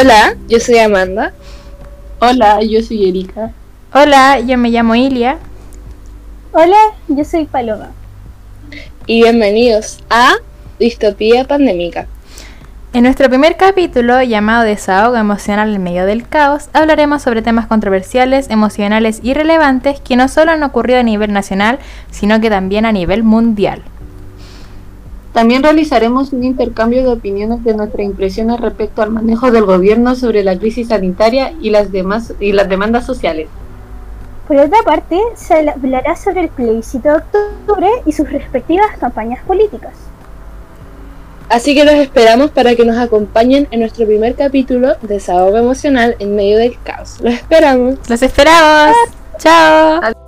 Hola, yo soy Amanda. Hola, yo soy Erika. Hola, yo me llamo Ilia. Hola, yo soy Paloma. Y bienvenidos a Distopía Pandémica. En nuestro primer capítulo, llamado Desahogo Emocional en Medio del Caos, hablaremos sobre temas controversiales, emocionales y relevantes que no solo han ocurrido a nivel nacional, sino que también a nivel mundial. También realizaremos un intercambio de opiniones de nuestras impresiones respecto al manejo del gobierno sobre la crisis sanitaria y las, demás, y las demandas sociales. Por otra parte, se hablará sobre el plebiscito de octubre y sus respectivas campañas políticas. Así que los esperamos para que nos acompañen en nuestro primer capítulo de Desahogo Emocional en medio del caos. Los esperamos. ¡Los esperamos! ¡Chao!